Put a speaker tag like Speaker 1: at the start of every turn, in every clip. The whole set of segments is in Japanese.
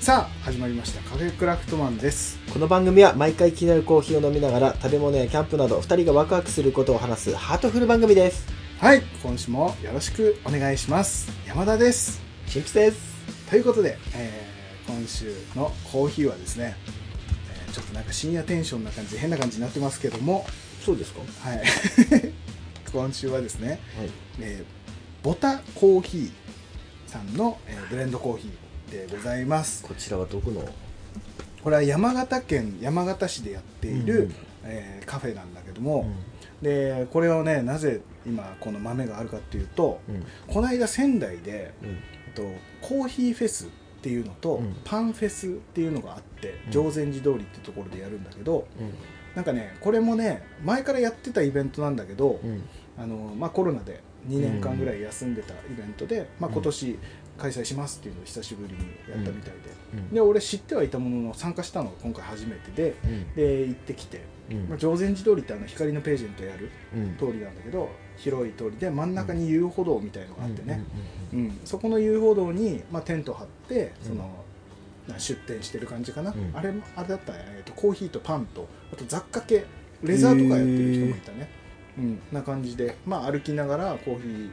Speaker 1: さあ始まりましたカフェクラフトマンです
Speaker 2: この番組は毎回気になるコーヒーを飲みながら食べ物やキャンプなど2人がワクワクすることを話すハートフル番組です
Speaker 1: はい今週もよろしくお願いします山田です
Speaker 2: 神父です
Speaker 1: ということで、えー今週のコーヒーはですね、えーちょっとなんか深夜テンションな感じ変な感じになってますけども
Speaker 2: そうですか
Speaker 1: は
Speaker 2: は
Speaker 1: い 今週はですね、
Speaker 2: い
Speaker 1: えーボタコーヒーさんの、えーブレンドコーヒーでございます
Speaker 2: こちらはどこの
Speaker 1: これは山形県山形市でやっている、
Speaker 2: うんうん
Speaker 1: えーカフェなんだけども、でこれをねなぜ今この豆があるかっていうと、
Speaker 2: うん
Speaker 1: この間仙台で、
Speaker 2: うん
Speaker 1: えっと、コーヒーフェスっていうのと、
Speaker 2: うん
Speaker 1: パンフェスっていうのがあって
Speaker 2: うん
Speaker 1: 常禅寺通りってところでやるんだけど
Speaker 2: う
Speaker 1: なんかねこれもね前からやってたイベントなんだけど、
Speaker 2: んうん
Speaker 1: あのまあ、コロナで2年間ぐらい休んでたイベントで、まあ、今年開催しますっていうのを久しぶりにやったみたいで、で俺知ってはいたものの参加したのが今回初めてで
Speaker 2: うん
Speaker 1: で行ってきて、
Speaker 2: うん
Speaker 1: まあ、常禅寺通りってあの光のページェントやる
Speaker 2: うん
Speaker 1: 通りなんだけど広い通りで真ん中に遊歩道みたいのがあってね、
Speaker 2: う
Speaker 1: うんんそこの遊歩道に、まあ、テント張って
Speaker 2: うん
Speaker 1: その、な出店してる感じかな、
Speaker 2: うん
Speaker 1: あれもあれだったね、えーとコーヒーとパンとあと雑貨系レザーとかやってる人もいたね、うん、な感じで、まあ、歩きながらコーヒー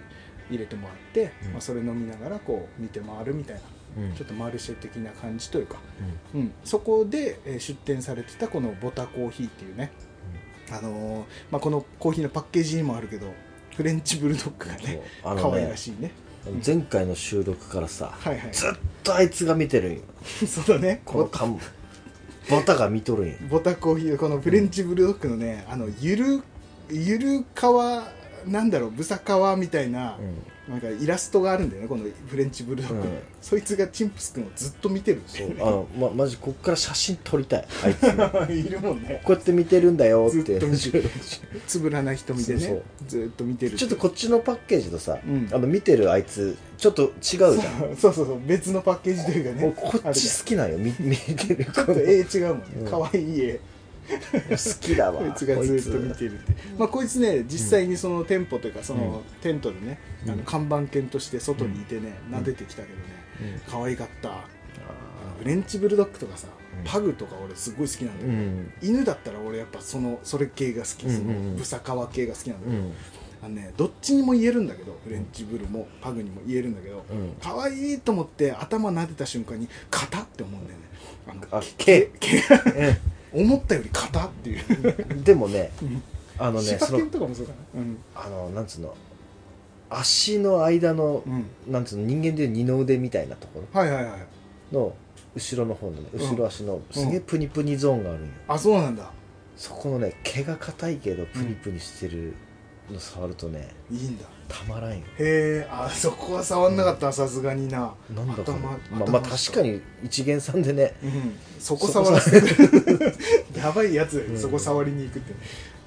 Speaker 1: 入れてもらって、
Speaker 2: うん
Speaker 1: まあ、それ飲みながらこう見て回るみたいな
Speaker 2: うんうん
Speaker 1: ちょっとマルシェ的な感じというか、うん、そこで、えー出店されてたこのボタコーヒーっていうねあのーまあ、このコーヒーのパッケージにもあるけどフレンチブルドッグがね
Speaker 2: あのね
Speaker 1: 可愛らしいね
Speaker 2: うん前回の収録からさ
Speaker 1: はいはい
Speaker 2: ずっとあいつが見てるんよ
Speaker 1: そうだね
Speaker 2: この
Speaker 1: ボ
Speaker 2: 缶ボタが見とるんよ
Speaker 1: ボタコーヒーこのフレンチブルドッグのねあのゆるゆる皮なんだろうブサカワみたいな,、
Speaker 2: うん
Speaker 1: なんかイラストがあるんだよねこのフレンチブルドッグに、
Speaker 2: うん
Speaker 1: そいつがチンプスくんをずっと見てるんだ
Speaker 2: そ
Speaker 1: よ
Speaker 2: う
Speaker 1: ね
Speaker 2: あのまマジこっから写真撮りたいあいつこ
Speaker 1: いるもんね
Speaker 2: うやって見てるんだよっ
Speaker 1: ず
Speaker 2: て
Speaker 1: っと見てるつぶらな瞳でね
Speaker 2: そう
Speaker 1: ずっと見てる
Speaker 2: ちょっとこっちのパッケージとさ、
Speaker 1: うん
Speaker 2: あの見てるあいつちょっと違うじゃ ん
Speaker 1: そうそうそう別のパッケージというか
Speaker 2: もう
Speaker 1: ね
Speaker 2: こ
Speaker 1: あ
Speaker 2: っ
Speaker 1: るじゃん
Speaker 2: ち好きなんよ見見てる
Speaker 1: ちょっと絵違うもんね可愛い絵
Speaker 2: 好きだわ
Speaker 1: こいつがずっと見てるってまあこいつね実際にその店舗というかそのテントでね、
Speaker 2: うん
Speaker 1: あの看板犬として外にいてね、撫でてきたけどね
Speaker 2: うん
Speaker 1: 可愛かったあのフレンチブルドッグとかさ、
Speaker 2: うん
Speaker 1: パグとか俺すごい好きなんだ
Speaker 2: う
Speaker 1: よ、
Speaker 2: ん
Speaker 1: 犬だったら俺やっぱそのそれ系が好きそ
Speaker 2: うんうんう
Speaker 1: の
Speaker 2: ん
Speaker 1: ブサカワ系が好きなんだ
Speaker 2: う
Speaker 1: けど、
Speaker 2: ん
Speaker 1: あのねどっちにも言えるんだけどフレンチブルもパグにも言えるんだけど、
Speaker 2: うん
Speaker 1: 可愛いと思って頭撫でた瞬間に「硬っ!」って思うんだよねあの
Speaker 2: あけ
Speaker 1: 毛思ったより硬っていう
Speaker 2: でもね
Speaker 1: ん
Speaker 2: あの
Speaker 1: 柴
Speaker 2: ねその
Speaker 1: 犬とかもそうかなうん、
Speaker 2: あのなんつうの足の間の、
Speaker 1: うん、
Speaker 2: なんつうの人間でいう二の腕みたいなとこ
Speaker 1: はいはいはい
Speaker 2: ろの後ろの方のね
Speaker 1: ん
Speaker 2: 後ろ足のす
Speaker 1: う
Speaker 2: げえプニプニゾーンがあるんよ
Speaker 1: あそうなんだ
Speaker 2: そこのね毛が硬いけどプニプニしてるの触るとね
Speaker 1: いいんだ
Speaker 2: たまらんよ
Speaker 1: へえあそこは触んなかったさすがにな
Speaker 2: なんだこれ
Speaker 1: 頭
Speaker 2: まあ、まあ確か、に一元さんでね
Speaker 1: 頭うん、そこ触らせてくるやばいやつだよ、
Speaker 2: うん
Speaker 1: そこ触りに行くって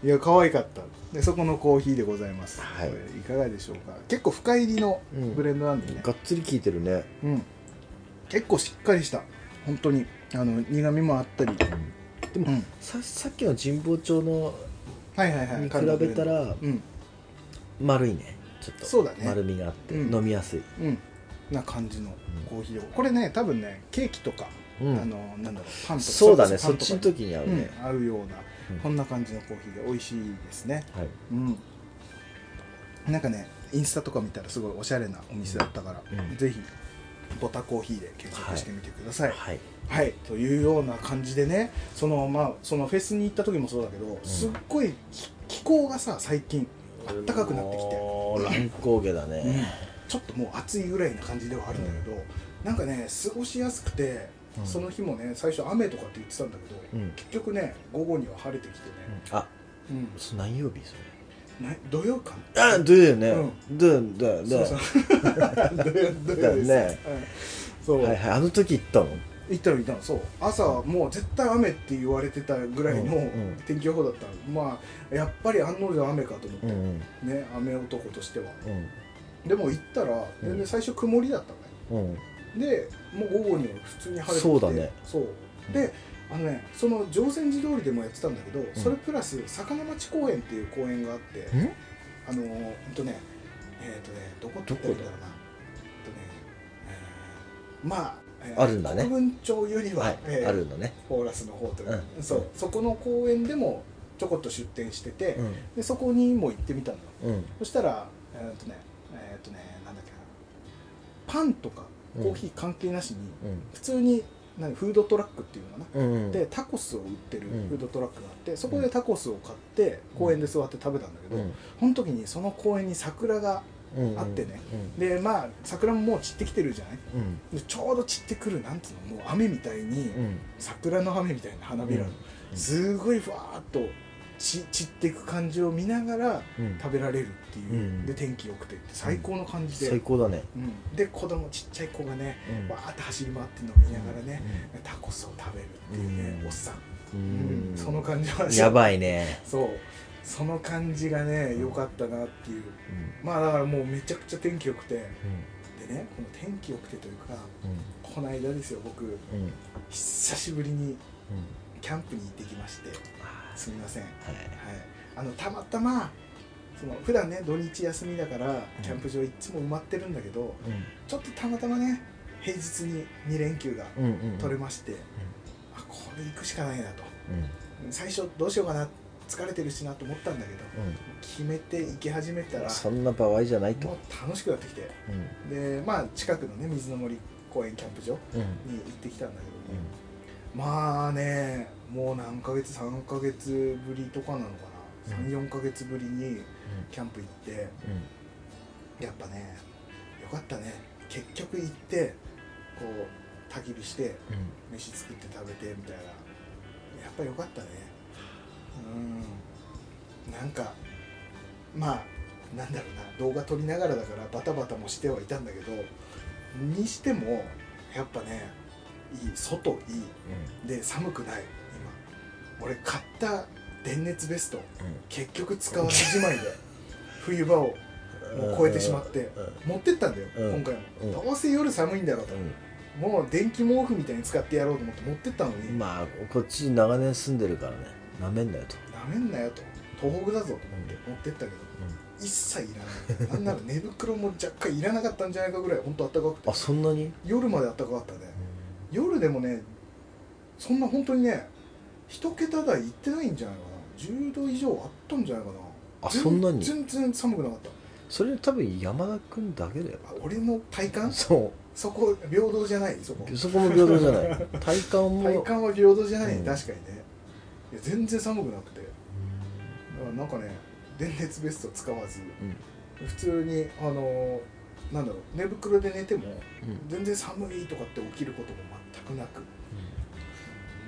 Speaker 1: いや可愛かったでそこのコーヒーでございます、
Speaker 2: はい
Speaker 1: これいかがでしょうか結構深入りのブレンドなんでね、
Speaker 2: がっつり効いてるね
Speaker 1: うん、結構しっかりした本当にあの苦味もあったり、
Speaker 2: でも、
Speaker 1: うん
Speaker 2: ささっきの神保町の
Speaker 1: はいはいはい
Speaker 2: に比べたら
Speaker 1: うん
Speaker 2: 丸いねちょっと
Speaker 1: そうだね
Speaker 2: 丸みがあって、
Speaker 1: うん
Speaker 2: 飲みやすい、
Speaker 1: うんな感じのコーヒーを、これね多分ねケーキとか、
Speaker 2: うん
Speaker 1: あのなんだろうパンとか
Speaker 2: そうだね
Speaker 1: パ
Speaker 2: そ
Speaker 1: ン
Speaker 2: っ
Speaker 1: とか
Speaker 2: ちの時に合うね、
Speaker 1: うん、合うような、
Speaker 2: うん
Speaker 1: こんな感じのコーヒーで美味しいですね
Speaker 2: はい
Speaker 1: うんなんかねインスタとか見たらすごいおしゃれなお店だったから、
Speaker 2: うん
Speaker 1: ぜひボタコーヒーで検索してみてください、
Speaker 2: はい
Speaker 1: はい、というような感じでねその,、まあ、そのフェスに行った時もそうだけど、すっごい気気候がさ最近あったかくなってきて、
Speaker 2: もう乱高下だ
Speaker 1: うん
Speaker 2: ね、
Speaker 1: ちょっともう暑いぐらいな感じではあるんだけど、なんかね過ごしやすくて、
Speaker 2: うん
Speaker 1: その日もね最初雨とかって言ってたんだけど、
Speaker 2: うん
Speaker 1: 結局ね午後には晴れてきて
Speaker 2: うん
Speaker 1: ね、
Speaker 2: あ
Speaker 1: うん
Speaker 2: そ何曜日それ
Speaker 1: な土曜か
Speaker 2: あどうだよね、
Speaker 1: う
Speaker 2: どうだよね
Speaker 1: そう土曜 土曜です
Speaker 2: だよね
Speaker 1: うんそう、
Speaker 2: はいはいあの時行ったの
Speaker 1: 行ったの行ったのそう朝もう絶対雨って言われてたぐらいの
Speaker 2: うんうん
Speaker 1: 天気予報だったの、まあやっぱり案の定雨かと思って、
Speaker 2: うんうん
Speaker 1: ね雨男としては
Speaker 2: うん
Speaker 1: でも行ったら全然最初曇りだったのね
Speaker 2: うん
Speaker 1: でもう午後には普通に晴れてて
Speaker 2: そうだね
Speaker 1: そうであのねその常禅寺通りでもやってたんだけど、それプラス魚町公園っていう公園があって、
Speaker 2: ん
Speaker 1: あのー、ほんとねえっ、とねどこって言ったらいいんだろうなえっとね、えーまあ、え
Speaker 2: あるんだね
Speaker 1: 国分町よりは、
Speaker 2: はい、
Speaker 1: えー
Speaker 2: あるのね、
Speaker 1: フォーラスの方というか、
Speaker 2: うん
Speaker 1: そうそこの公園でもちょこっと出店してて、
Speaker 2: うん
Speaker 1: でそこにも行ってみたのよ
Speaker 2: うん
Speaker 1: そしたらえーっとねえーっとねなんだっけなパンとかコーヒー関係なしに、普通に何フードトラックっていうのかな、
Speaker 2: うんうん
Speaker 1: でタコスを売ってる
Speaker 2: うん
Speaker 1: フードトラックがあってそこでタコスを買って公園で座って食べたんだけど、
Speaker 2: うん
Speaker 1: その時にその公園に桜が
Speaker 2: うんうん
Speaker 1: あってねでまあ桜ももう散ってきてるじゃない
Speaker 2: うんうん
Speaker 1: でちょうど散ってくるなんつうのもう雨みたいに、
Speaker 2: うん
Speaker 1: 桜の雨みたいな花びらの、
Speaker 2: うん
Speaker 1: すごいふわーっとち散っていく感じを見ながら
Speaker 2: うん
Speaker 1: 食べられるっていう、
Speaker 2: うん
Speaker 1: で天気良くてって最高の感じで、
Speaker 2: 最高だね
Speaker 1: うんで子供ちっちゃい子がね
Speaker 2: うん
Speaker 1: わーって走り回ってるのを見ながらね、タコスを食べるっていうね、
Speaker 2: うん
Speaker 1: おっさん、
Speaker 2: う
Speaker 1: うん
Speaker 2: ん
Speaker 1: その感じは
Speaker 2: やばいね
Speaker 1: そうその感じがね良かったなっていうまあだからもうめちゃくちゃ天気良くてでねこの天気良くてというかこの間ですよ僕
Speaker 2: うんうんうん
Speaker 1: 久しぶりに
Speaker 2: うん
Speaker 1: キャンプに行ってきまして
Speaker 2: あ
Speaker 1: すみません、はい、
Speaker 2: ーはい
Speaker 1: あのたまたまその普段ね土日休みだからキャンプ場いつも埋まってるんだけど、ちょっとたまたまね平日に2連休が
Speaker 2: うんうんうん
Speaker 1: 取れまして、あこれ行くしかないなと
Speaker 2: うんうん
Speaker 1: 最初どうしようかな疲れてるしなと思ったんだけど決めて行き始めたら
Speaker 2: そんな場合じゃない
Speaker 1: も
Speaker 2: と
Speaker 1: う楽しくなってきて
Speaker 2: うん
Speaker 1: でまあ近くのね水の森公園キャンプ場
Speaker 2: うん
Speaker 1: に行ってきたんだけどね、まあねもう何ヶ月3ヶ月ぶりとかなのかな
Speaker 2: うん
Speaker 1: 34ヶ月ぶりにキャンプ行ってやっぱねよかったね結局行ってこう焚き火して
Speaker 2: うんうん
Speaker 1: 飯作って食べてみたいなやっぱ良かったねうんなんかまあなんだろうな動画撮りながらだからバタバタもしてはいたんだけどにしてもやっぱねいい外いいで寒くない今俺買った電熱ベスト結局使わずじ まいで冬場を
Speaker 2: うん
Speaker 1: もう超えてしまって
Speaker 2: うん
Speaker 1: 持ってったんだよ、
Speaker 2: うん
Speaker 1: 今回も、
Speaker 2: うん
Speaker 1: どうせ夜寒いんだろうと、
Speaker 2: うん
Speaker 1: もう電気毛布みたいに使ってやろうと思って持ってったのに、
Speaker 2: まあこっちに長年住んでるからねなめんなよと
Speaker 1: なめんなよと東北だぞと思って持ってったけど一切いらないなんなら寝袋も若干いらなかったんじゃないかぐらい本当あったかくて
Speaker 2: あそんなに
Speaker 1: 夜まであったかかったね夜でもねそんな本当にね一桁台いってないんじゃないかな10度以上あったんじゃないかな
Speaker 2: あそんなに
Speaker 1: 全然寒くなかった
Speaker 2: それ多分山田君だけだよ
Speaker 1: あ俺の体感
Speaker 2: そ
Speaker 1: そこ平等じゃないそこ
Speaker 2: うそこも平等じゃない 体感も
Speaker 1: 体感は平等じゃない、
Speaker 2: うん
Speaker 1: 確かにねいや全然寒くなくてだからなんかね電熱ベスト使わず
Speaker 2: うん
Speaker 1: 普通にあのーなんだろう寝袋で寝ても
Speaker 2: うん
Speaker 1: 全然寒いとかって起きることも全くなく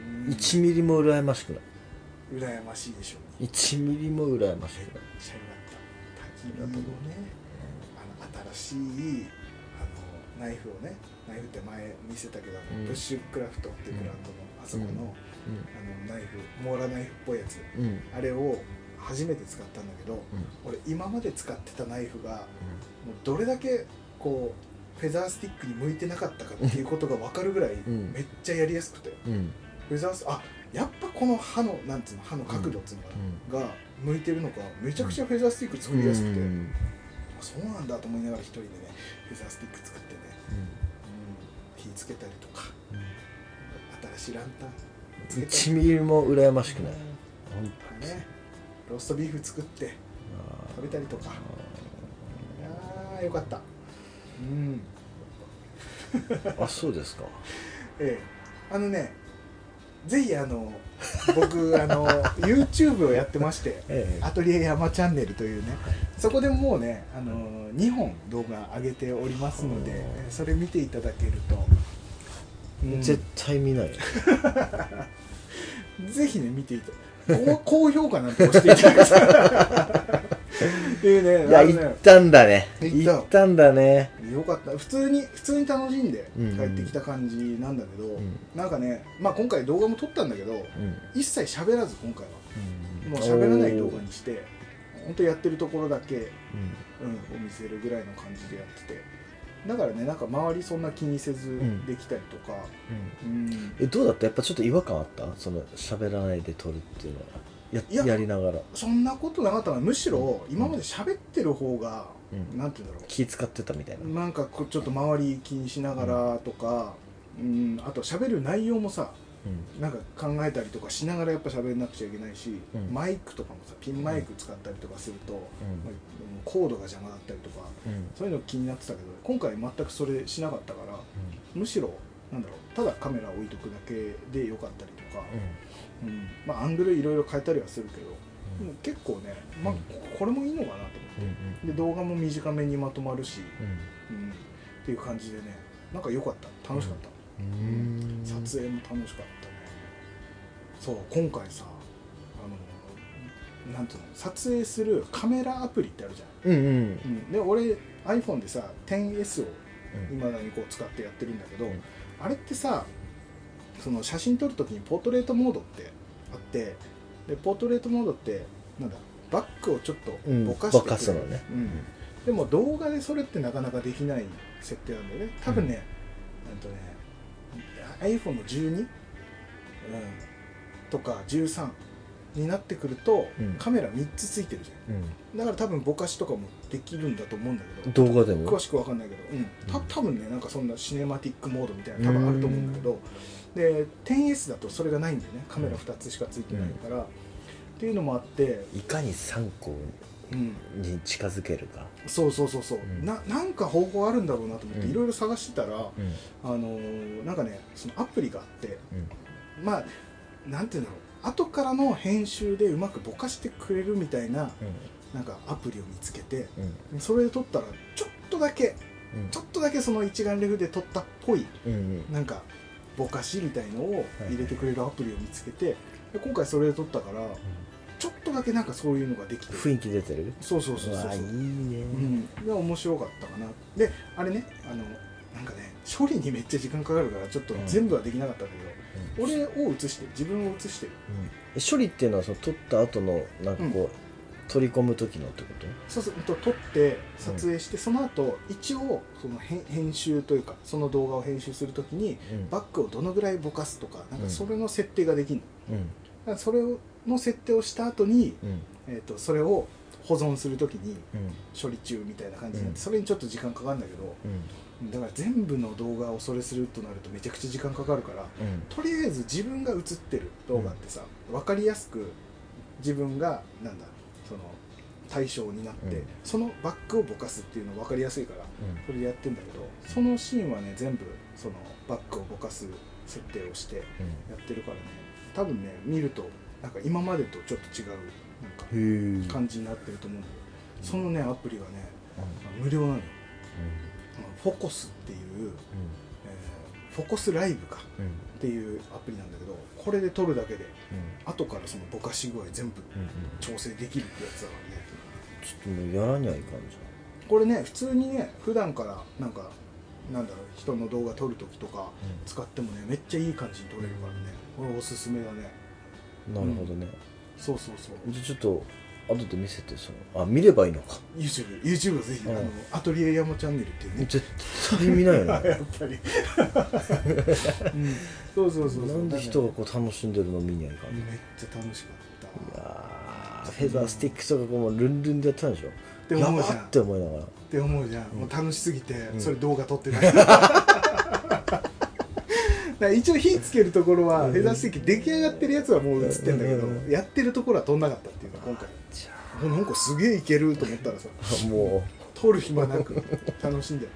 Speaker 1: うん
Speaker 2: 1ミリも羨ましくな
Speaker 1: 羨ましいでしょう
Speaker 2: い1ミリも羨まし
Speaker 1: めっ
Speaker 2: くない
Speaker 1: ちゃよかった焚き火をねあの新しいあのナイフをねナイフって前見せたけど、あの
Speaker 2: うん
Speaker 1: ブッシュクラフトっていうブランドのあそこの,、
Speaker 2: うん
Speaker 1: あのナイフモーラナイフっぽいやつ
Speaker 2: うんうん
Speaker 1: あれを初めて使ったんだけど
Speaker 2: うん
Speaker 1: 俺今まで使ってたナイフがもうどれだけこうフェザースティックに向いてなかったかっていうことが分かるぐらい
Speaker 2: ん
Speaker 1: めっちゃやりやすくて、
Speaker 2: うんうん
Speaker 1: フェザースあやっぱこの刃のなんつうの刃の角度っつうのかな、が向いてるのかめちゃくちゃフェザースティック作りやすくて、
Speaker 2: うん
Speaker 1: あそうなんだと思いながら一人でねフェザースティック作ってね、うん、火つけたりとか新しいランタンつけた
Speaker 2: 1ミリも羨ましく
Speaker 1: り
Speaker 2: ないほんと
Speaker 1: とかねローストビーフ作って食べたりとかあーよかったうん
Speaker 2: ああそうですか
Speaker 1: ええ、あのねぜひあの僕あ の YouTube をやってまして
Speaker 2: え
Speaker 1: 「アトリエ山チャンネル」というねそこでもうねあの2本動画上げておりますので
Speaker 2: お
Speaker 1: それ見ていただけると、うん
Speaker 2: 絶
Speaker 1: ぜ
Speaker 2: 対見ないよ
Speaker 1: ひね見ていた高高評価なんて押していただきたい っていうね
Speaker 2: いや
Speaker 1: あの
Speaker 2: 行
Speaker 1: ね
Speaker 2: ったんだね
Speaker 1: 行った
Speaker 2: 行ったんだね
Speaker 1: よかった普通に普通に楽しんで
Speaker 2: うん
Speaker 1: 帰ってきた感じなんだけど、
Speaker 2: うん
Speaker 1: なんかね、まあ、今回動画も撮ったんだけど
Speaker 2: うん
Speaker 1: 一切喋らず今回は
Speaker 2: うん
Speaker 1: もう喋らない動画にして本当やってるところだけ、うん、を見せるぐらいの感じでやっててだからねなんか周りそんな気にせず
Speaker 2: ん
Speaker 1: できたりとか、
Speaker 2: うん
Speaker 1: うん
Speaker 2: えどうだったやっぱちょっと違和感あったその喋らないで撮るっていうのはや
Speaker 1: いや
Speaker 2: やりながら
Speaker 1: そんなことなかったなむしろ今まで喋ってる方が、
Speaker 2: うん
Speaker 1: なんて言うんだろ
Speaker 2: 気使ってたみたいな
Speaker 1: うなんかこうちょっと周り気にしながらとか、うんあと喋る内容もさ
Speaker 2: うん
Speaker 1: なんか考えたりとかしながらやっぱ喋んなくちゃいけないし、
Speaker 2: うん
Speaker 1: マイクとかもさピンマイク使ったりとかすると、
Speaker 2: うん
Speaker 1: まあコードが邪魔だったりとか
Speaker 2: うん
Speaker 1: そういうの気になってたけど今回全くそれしなかったからむしろなんだろうただカメラ置いとくだけでよかったりとか、うんまあ、アングルいろいろ変えたりはするけど、もう結構ね、まあ
Speaker 2: うん、
Speaker 1: これもいいのかなと思
Speaker 2: うんうんうん
Speaker 1: ってで動画も短めにまとまるし、
Speaker 2: う
Speaker 1: うん、っていう感じでねなんか良かった楽しかった、
Speaker 2: んうん
Speaker 1: 撮影も楽しかったねそう今回さあのなんていうの撮影するカメラアプリってあるじゃ
Speaker 2: うんうん
Speaker 1: ん、うん、で俺 iPhone でさ 10S を
Speaker 2: うん
Speaker 1: 未だにこう使ってやってるんだけど、
Speaker 2: うん
Speaker 1: あれってさその写真撮るときにポートレートモードってあってでポートレートモードってなんだバックをちょっと
Speaker 2: うん
Speaker 1: ぼかして
Speaker 2: ぼかすのね
Speaker 1: うんでも動画でそれってなかなかできない設定なんだよね多分ね、うんとね iPhone の12、うん、とか13になってくると、
Speaker 2: うん
Speaker 1: カメラ3つついてるじゃ
Speaker 2: うん
Speaker 1: んだから多分ぼかしとかもできるんだと思うんだけど
Speaker 2: 動画でも
Speaker 1: 詳しくわかんないけど、うん、た多分ねなんかそんなシネマティックモードみたいなの多分あると思うんだけどで 10S だとそれがないんだよねカメラ2つしかついてないから、っていうのもあって、
Speaker 2: いかに参考
Speaker 1: うん、
Speaker 2: に近づけるか
Speaker 1: そうそうそうそう、
Speaker 2: うん
Speaker 1: ななんか方法あるんだろうなと思って
Speaker 2: うん
Speaker 1: いろいろ探してたら、
Speaker 2: うん
Speaker 1: あのーなんかねそのアプリがあって
Speaker 2: うん
Speaker 1: まあなんていうんだろう後からの編集でうまくぼかしてくれるみたいななんかアプリを見つけて
Speaker 2: うん
Speaker 1: それで撮ったらちょっとだけちょっとだけその一眼レフで撮ったっぽい
Speaker 2: うんうん
Speaker 1: なんかぼかしみたいのを入れてくれるアプリを見つけてで今回それで撮ったからちょっとだけなんかそういうのができて
Speaker 2: 雰囲気出てる
Speaker 1: そうそうそうそう
Speaker 2: わ
Speaker 1: そ
Speaker 2: いういね
Speaker 1: うん、が面白かったかなであれねあのなんかね処理にめっちゃ時間かかるからちょっと
Speaker 2: うん
Speaker 1: 全部はできなかったんだけど、俺を映してる自分を映してる
Speaker 2: うん処理っていうのはその撮った後のなんかこう、取り込む時のってこと
Speaker 1: そうすると撮って撮影して、その後一応その編編集というかその動画を編集するときに
Speaker 2: うん
Speaker 1: バックをどのぐらいぼかすとかなん
Speaker 2: う
Speaker 1: か
Speaker 2: ん
Speaker 1: それの設定ができるの
Speaker 2: う
Speaker 1: だ
Speaker 2: ん
Speaker 1: からそれをの設定をした後に、
Speaker 2: うん
Speaker 1: えー、とそれを保存するときに
Speaker 2: うん
Speaker 1: 処理中みたいな感じになって、
Speaker 2: うん
Speaker 1: それにちょっと時間かかるんだけど、だから全部の動画をそれするとなるとめちゃくちゃ時間かかるから
Speaker 2: うん
Speaker 1: とりあえず自分が映ってる動画ってさ、分かりやすく自分がなんだその対象になって、
Speaker 2: うん
Speaker 1: そのバックをぼかすっていうの分かりやすいからそれでやってんだけどそのシーンはね全部そのバックをぼかす設定をしてやってるからね多分ね見るとなんか今までとちょっと違うなんか
Speaker 2: うんへえ
Speaker 1: 感じになってると思うんだけどそのねアプリはね無料なのよフォコスっていうえーフォコスライブか
Speaker 2: うんうんうん
Speaker 1: っていうアプリなんだけどこれで撮るだけで
Speaker 2: うん
Speaker 1: 後からそのぼかし具合全部
Speaker 2: うんうん
Speaker 1: 調整できるってやつだからね
Speaker 2: ちょっともうやらにはいかんじ
Speaker 1: これね普通にね普段からなんかなんだろう人の動画撮るときとか
Speaker 2: ゃ
Speaker 1: 使ってもねめっちゃいい感じに撮れるからねこれおすすめだね
Speaker 2: んなるほどね、
Speaker 1: そうそうそう
Speaker 2: じゃあちょっと後で見せてそのあ見ればいいのか
Speaker 1: YouTube, YouTube はぜひ、
Speaker 2: うん
Speaker 1: あのアトリエ山チャンネルっていう ね
Speaker 2: 絶対見ないよ
Speaker 1: やっ
Speaker 2: ね
Speaker 1: ぱり、うんそうそうそうそう
Speaker 2: なんで人がこう楽しんでるの見にはいかん
Speaker 1: め
Speaker 2: の
Speaker 1: っ
Speaker 2: い
Speaker 1: ちゃ楽しかった
Speaker 2: やーフェザースティックとかこうもうルンルンでやってたんでしょ
Speaker 1: って
Speaker 2: や
Speaker 1: 思う
Speaker 2: ば
Speaker 1: じゃん
Speaker 2: って思いながら
Speaker 1: って思うじゃん、もう楽しすぎて、
Speaker 2: ん
Speaker 1: それ動画撮ってないだから一応火つけるところはフェザースティック出来上がってるやつはもう映ってんだけど、
Speaker 2: うん
Speaker 1: やってるところは撮んなかったっていうの今回
Speaker 2: じゃ
Speaker 1: あなんかすげえいけると思ったらさ
Speaker 2: あも
Speaker 1: 撮る暇なく楽しんで
Speaker 2: う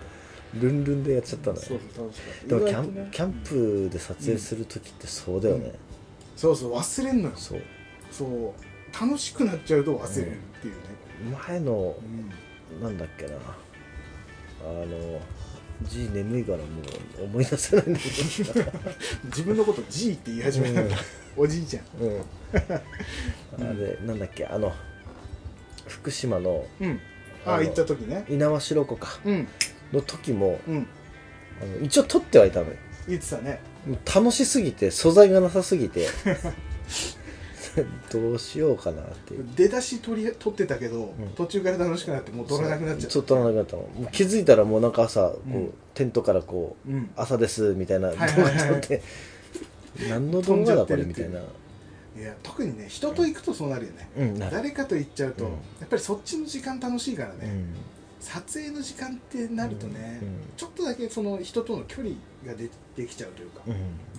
Speaker 2: ルンルンでやっちゃった
Speaker 1: た
Speaker 2: んだ
Speaker 1: そう
Speaker 2: よ
Speaker 1: そう楽しかった
Speaker 2: でもキ
Speaker 1: 意
Speaker 2: ャ
Speaker 1: 外と
Speaker 2: ン,、
Speaker 1: ね
Speaker 2: キャンプで撮影する時ってそうだよね、
Speaker 1: そうそう忘れんのよ
Speaker 2: そう
Speaker 1: そう楽しくなっちゃうと忘れるっていうね、
Speaker 2: 前の
Speaker 1: うん
Speaker 2: なんだっけなあの G 眠いからもう思い出せないんだけど
Speaker 1: 自分のこと G って言い始めた、
Speaker 2: うん
Speaker 1: おじいちゃん
Speaker 2: うん、あれなんだっけあの福島の
Speaker 1: うんあ
Speaker 2: あ
Speaker 1: あ
Speaker 2: の
Speaker 1: 行った時ね
Speaker 2: 猪苗代湖か
Speaker 1: うん
Speaker 2: の時も
Speaker 1: うん
Speaker 2: あの一応撮ってはいたのよ
Speaker 1: 言ってたね
Speaker 2: もう楽しすぎて素材がなさす ぎてどうしようかなっていう
Speaker 1: 出だし取り取ってたけど、
Speaker 2: うん
Speaker 1: 途中から楽しくなってもう取らなくなっちゃった
Speaker 2: そう撮らなくなったのもう気づいたらもうなんか朝こう、
Speaker 1: うん
Speaker 2: テントからこう
Speaker 1: うん
Speaker 2: 「朝です」みたいな動
Speaker 1: は
Speaker 2: 画
Speaker 1: い
Speaker 2: 撮
Speaker 1: はいはい
Speaker 2: って 何の動画だこれ
Speaker 1: 飛ん
Speaker 2: み
Speaker 1: じ
Speaker 2: た
Speaker 1: ゃっ
Speaker 2: い
Speaker 1: て
Speaker 2: な、
Speaker 1: いや特にね人と行くとそうなるよね、
Speaker 2: うん、なる
Speaker 1: 誰かと行っちゃうと、
Speaker 2: うん
Speaker 1: やっぱりそっちの時間楽しいから
Speaker 2: う
Speaker 1: ね、
Speaker 2: ん、
Speaker 1: 撮影の時間ってなるとね、
Speaker 2: うん
Speaker 1: ちょっとだけその人との距離がでできちゃうというか、
Speaker 2: うん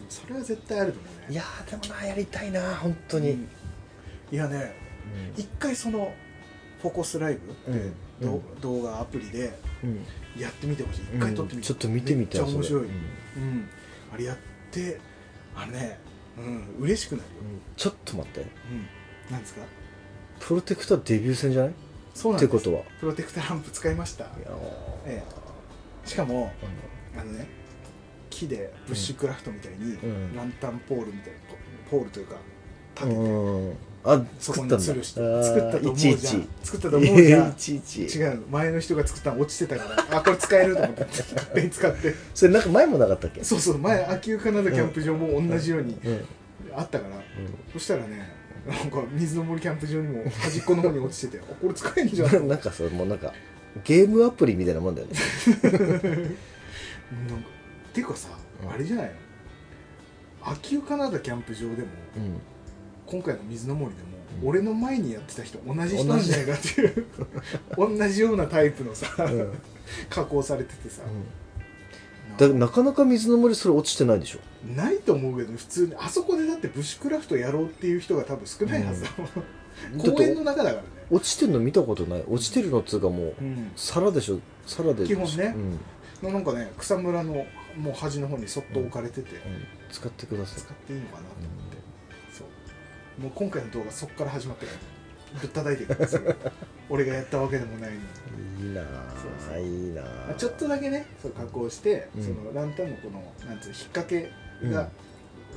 Speaker 1: それは絶対あると思うね
Speaker 2: いやーでもなやりたいな本当
Speaker 1: 本当
Speaker 2: に、
Speaker 1: にいやね一回そのフォーコスライブって、
Speaker 2: うん
Speaker 1: どう動画アプリで
Speaker 2: うん
Speaker 1: やってみてほしい一回撮ってみて、
Speaker 2: ちょっと見てみたい
Speaker 1: めっちゃ面白い、
Speaker 2: それ
Speaker 1: う
Speaker 2: うん
Speaker 1: んあれやってあれねうん嬉しくなるよ、
Speaker 2: うんちょっと待って
Speaker 1: うん、なんですか
Speaker 2: プロテクターデビュー戦じゃない
Speaker 1: そう
Speaker 2: っ
Speaker 1: なん
Speaker 2: て
Speaker 1: です
Speaker 2: ことは
Speaker 1: プロテクターランプ使いました
Speaker 2: いやー
Speaker 1: えしかもあのね木でブッシュクラフトみたいに、
Speaker 2: うん
Speaker 1: ランタンポールみたいなポールというか立てて、
Speaker 2: うんあ
Speaker 1: そこ
Speaker 2: 作っ
Speaker 1: に
Speaker 2: たんだ
Speaker 1: 吊るして
Speaker 2: あー
Speaker 1: 作ったと思うじゃん
Speaker 2: いちいち
Speaker 1: 作ったと思うじゃん
Speaker 2: いちいち
Speaker 1: 違うの前の人が作ったの落ちてたからあこれ使えると思って勝手に使って
Speaker 2: それなんか前もなかったっけ
Speaker 1: そうそう前秋カナダキャンプ場も同じように
Speaker 2: うんうん
Speaker 1: あったから、そしたらねなんか水の森キャンプ場にも端っこの方に落ちててあこれ使えんじゃんなんか
Speaker 2: なんかそれもうなんかゲームアプリみたいなもんだよね
Speaker 1: ていうかさあれじゃないの秋カナダキャンプ場でも今回の水の森でも、
Speaker 2: うん
Speaker 1: 俺の前にやってた人同じ人なんじゃないかっていう 同じようなタイプのさ、
Speaker 2: うん
Speaker 1: 加工されててさ、
Speaker 2: だからなかなか水の森それ落ちてないでしょ
Speaker 1: ないと思うけど普通にあそこでだってブッシュクラフトやろうっていう人が多分少ないはずだもん、
Speaker 2: だっ
Speaker 1: 公園の
Speaker 2: て
Speaker 1: 中だからね、
Speaker 2: 落ちてるの見たことない落ちてるのっつうかもう
Speaker 1: うん、
Speaker 2: 皿でしょ皿で
Speaker 1: 基本ね
Speaker 2: うんうん
Speaker 1: なんかね草むらのもう端の方にそっと置かれてて、
Speaker 2: 使ってください
Speaker 1: 使っていいのかなと思って、そうもう今回の動画そっから始まってからぶったたいていくからす ぐ俺がやったわけでもないのに
Speaker 2: いいな
Speaker 1: そうそ
Speaker 2: あ
Speaker 1: う
Speaker 2: いいなあ
Speaker 1: まあちょっとだけねそう加工して、
Speaker 2: うん
Speaker 1: そのランタンのこのなんつうの引っ掛けが、
Speaker 2: うん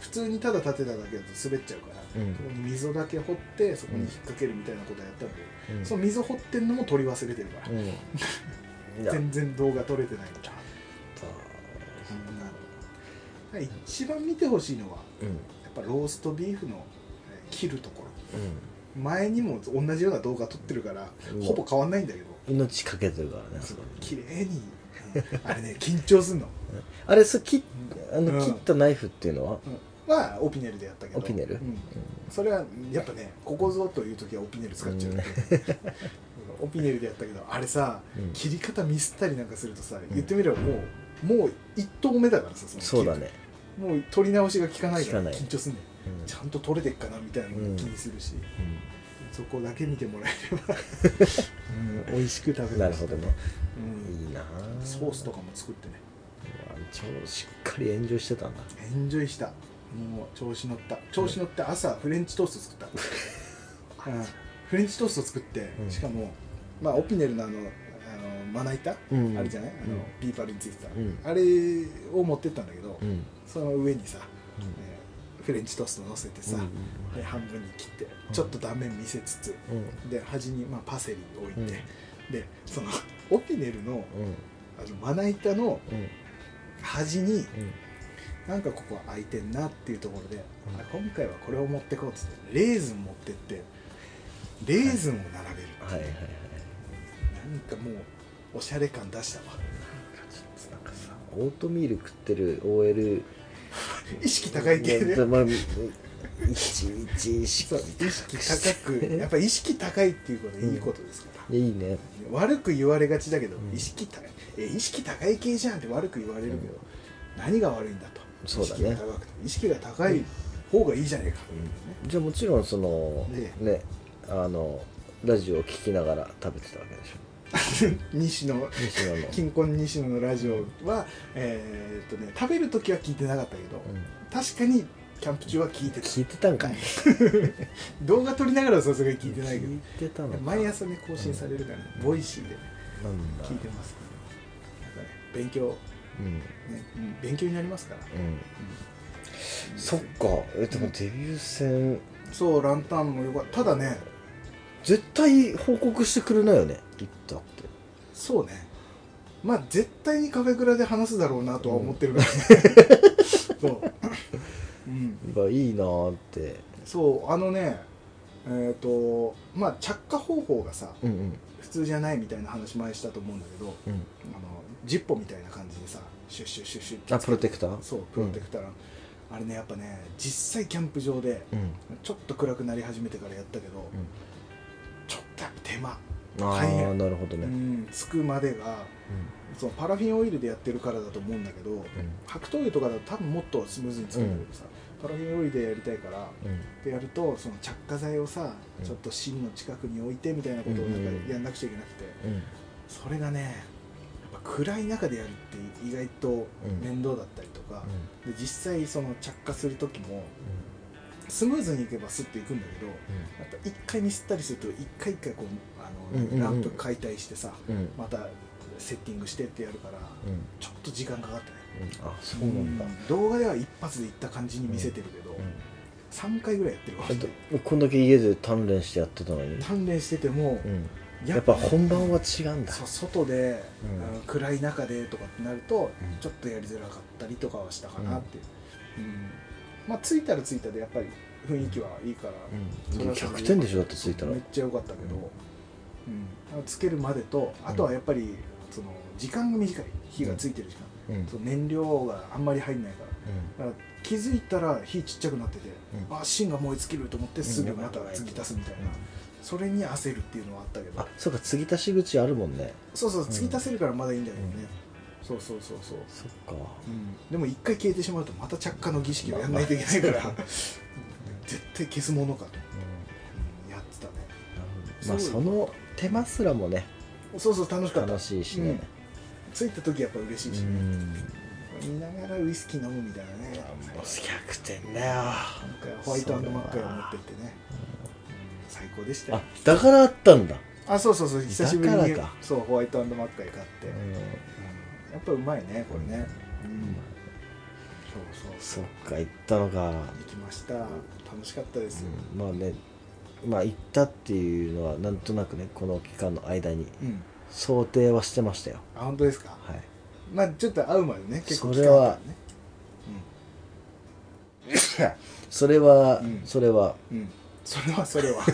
Speaker 1: 普通にただ立てただけだと滑っちゃうから、
Speaker 2: うん
Speaker 1: そこに溝だけ掘ってそこに引っ掛けるみたいなことやったんだけど、
Speaker 2: うん
Speaker 1: その溝掘ってんのも取り忘れてるから、
Speaker 2: うんいや
Speaker 1: 全然動画撮れてないみたい
Speaker 2: ちょっ
Speaker 1: な一番見てほしいのは
Speaker 2: とうん
Speaker 1: やっぱローストビーフのえー切るところ前にも同じような動画撮ってるから、
Speaker 2: うん
Speaker 1: ほぼ変わんないんだけど、
Speaker 2: うん命かけてるからねあそ
Speaker 1: そう
Speaker 2: こに
Speaker 1: 綺麗 に、うんあれね緊張すんの
Speaker 2: あれそう切っあ
Speaker 1: う
Speaker 2: の
Speaker 1: ん
Speaker 2: 切ったナイフっていうのは
Speaker 1: はオピネルでやったけど
Speaker 2: オピネル
Speaker 1: うんそれはやっぱねここぞという時はオピネル使っちゃう、うんオピネルでやったけどあれさ
Speaker 2: うん
Speaker 1: 切り方ミスったりなんかするとさ、言ってみればもうもう一投目だからさその
Speaker 2: そうだね
Speaker 1: 切るもう取り直しが効かないから
Speaker 2: 効かない
Speaker 1: 緊張すんねん
Speaker 2: うん
Speaker 1: ちゃんと取れてっかなみたいなのも気にするし、そこだけ見てもらえれば、うん、美味しく食べれ
Speaker 2: う
Speaker 1: る
Speaker 2: んなるほどね
Speaker 1: うん
Speaker 2: いいなあ
Speaker 1: ソースとかも作ってね
Speaker 2: うわ超しっかり炎上してたんだ
Speaker 1: エンジョイしたもう調子乗った調子乗って朝フレンチトースト 作った、うんフレンチトースト作って、
Speaker 2: うん
Speaker 1: しかも、まあ、オピネルのあのあのまな板、
Speaker 2: うん
Speaker 1: あるじゃないあの、
Speaker 2: うん
Speaker 1: ビーパルについてた、
Speaker 2: うん
Speaker 1: あれを持ってったんだけど、
Speaker 2: うん
Speaker 1: その上にさ、
Speaker 2: うん
Speaker 1: えーフレンチトースト乗せてさ、
Speaker 2: うん
Speaker 1: で半分に切って
Speaker 2: うん
Speaker 1: ちょっと断面見せつつ、
Speaker 2: うん
Speaker 1: で端に、まあ、パセリ置いて、
Speaker 2: うん
Speaker 1: でそのオピネルの
Speaker 2: うん
Speaker 1: あのまな板の
Speaker 2: うん
Speaker 1: 端に、
Speaker 2: うん
Speaker 1: なんかここ空いてんなっていうところで、
Speaker 2: うん
Speaker 1: あ今回はこれを持ってこうっつってレーズン持ってってレーズンを並べる、
Speaker 2: はいはいはい
Speaker 1: なんかもうおしゃれ感出したわ
Speaker 2: なんかさオートミール食ってる OL
Speaker 1: 意識高い系で、
Speaker 2: ねまあいちいち意識
Speaker 1: そう意識高 くやっぱ意識高いっていうことはいいことですから、
Speaker 2: いやいいね
Speaker 1: 悪く言われがちだけど、
Speaker 2: うん
Speaker 1: 意識高いえ意識高い系じゃんって悪く言われるけど、
Speaker 2: うん
Speaker 1: 何が悪いんだと
Speaker 2: そうだ
Speaker 1: 意識が
Speaker 2: ね
Speaker 1: 高くて意識が高い方がいいじゃねえか、
Speaker 2: じゃあもちろんその
Speaker 1: ね
Speaker 2: ねあのラジオを聞きながら食べてたわけでしょ
Speaker 1: 西野
Speaker 2: 西野の
Speaker 1: 近婚西野のラジオは、えーっとね、食べる時は聞いてなかったけど、
Speaker 2: うん
Speaker 1: 確かにキャンプ中は聞い てた
Speaker 2: 聞いてたんかい
Speaker 1: 動画撮りながらはさすがに聞いてないけ
Speaker 2: 聞いてたの
Speaker 1: ど
Speaker 2: か
Speaker 1: 毎朝ね更新されるから、ねボイシーで
Speaker 2: なんだ
Speaker 1: 聞いてますから、なんかね、勉強、
Speaker 2: うん
Speaker 1: ねうん勉強になりますから、
Speaker 2: うんそっかえでもデビュー戦
Speaker 1: そうランタンもよかったただね
Speaker 2: 絶対報告してくれないよね行ったって
Speaker 1: そうねまあ絶対にカフェクラで話すだろうなとは思ってるからね、 そう、うん、
Speaker 2: いやいいなーって
Speaker 1: そうあのねえっ、とまあ着火方法がさ
Speaker 2: うんうん
Speaker 1: 普通じゃないみたいな話前したと思うんだけど
Speaker 2: うん
Speaker 1: あのジッポみたいな感じでさシュッシュッシュッシュッって
Speaker 2: あプロテクター
Speaker 1: そうプロテクターなの、あれねやっぱね実際キャンプ場で
Speaker 2: うん
Speaker 1: ちょっと暗くなり始めてからやったけど、ちょっとやっぱ手間
Speaker 2: あ
Speaker 1: 大
Speaker 2: あ
Speaker 1: 変
Speaker 2: なるほど
Speaker 1: う
Speaker 2: ね
Speaker 1: ん、つくまでがそのパラフィンオイルでやってるからだと思うんだけど
Speaker 2: うん
Speaker 1: 白桃油とかだと多分もっとスムーズに作るんだけどさ、パラフィンオイルでやりたいから
Speaker 2: うんうん
Speaker 1: でやるとその着火剤をさ、
Speaker 2: うん
Speaker 1: ちょっと芯の近くに置いてみたいなことをなん
Speaker 2: うんうんう
Speaker 1: か
Speaker 2: ん
Speaker 1: やんなくちゃいけなくて、
Speaker 2: うん
Speaker 1: それがねやっぱ暗い中でやるって意外と
Speaker 2: うん
Speaker 1: 面倒だったりとか、で実際その着火する時も
Speaker 2: う
Speaker 1: スムーズにいけばスッといくんだけど
Speaker 2: ん
Speaker 1: やっぱ一回ミスったりすると一回一回こうあ
Speaker 2: うんうんうん
Speaker 1: のランプ解体してさ、
Speaker 2: うんうん
Speaker 1: またセッティングしてってやるから
Speaker 2: うん
Speaker 1: ちょっと時間かかったね
Speaker 2: あそうなんだ
Speaker 1: うん動画では一発でいった感じに見せてるけど、
Speaker 2: うん
Speaker 1: 3回ぐらいやってるわ
Speaker 2: えっとこんだけ家で鍛錬してやってたのに
Speaker 1: 鍛錬してても、
Speaker 2: うんやっぱ本番は違うんだ
Speaker 1: そう外で、
Speaker 2: うん
Speaker 1: あの暗い中でとかってなると、
Speaker 2: うん
Speaker 1: ちょっとやりづらかったりとかはしたかなって、うんまあ着いたら着いたでやっぱり雰囲気はいいから、
Speaker 2: うん
Speaker 1: それはそれ
Speaker 2: 100点でしょだってついたら
Speaker 1: めっちゃ良かったけど、うんつけるまでとあとはやっぱりその時間が短い火がついてる時間、
Speaker 2: うんうん
Speaker 1: その燃料があんまり入んないからだから気づいたら火ちっちゃくなってて、
Speaker 2: うん
Speaker 1: あ芯が燃え尽きると思ってすぐまた突き出すみたいな、それに焦るっていうのはあったけど
Speaker 2: あそうか継ぎ足し口あるもんね
Speaker 1: そうそう、
Speaker 2: ん
Speaker 1: 継ぎ足せるからまだいいんだけどね、そうそうそうそう、
Speaker 2: そっか
Speaker 1: でも一回消えてしまうとまた着火の儀式をやんないといけないから、 絶対消すものかと、うんやってたね
Speaker 2: まあその手間すらもね
Speaker 1: そうそう楽しかった
Speaker 2: 楽しいしね
Speaker 1: 着いた時やっぱ嬉し
Speaker 2: う
Speaker 1: いしね、
Speaker 2: ん
Speaker 1: 見ながらウイスキー飲むみたいなね
Speaker 2: もう100点だよ
Speaker 1: なんかホワイトマッカイを持ってってね、うん最高でしたよ
Speaker 2: あだからあったんだ
Speaker 1: あそうそうそう久しぶりに
Speaker 2: だからか
Speaker 1: そうホワイトマッカイ買って、
Speaker 2: う
Speaker 1: うん
Speaker 2: ん
Speaker 1: やっぱうまいねこれね、うんそうそう
Speaker 2: そっか行ったのか
Speaker 1: 行きました楽しかったです、
Speaker 2: うんまあねまあ行ったっていうのはなんとなくねこの期間の間に
Speaker 1: うん、
Speaker 2: 想定はしてましたよ
Speaker 1: あ本当ですか
Speaker 2: はい
Speaker 1: まあちょっと会うまでね結構
Speaker 2: それは
Speaker 1: 期間あったね
Speaker 2: それは、
Speaker 1: うん
Speaker 2: それは、
Speaker 1: うん、うん、それはそれはそ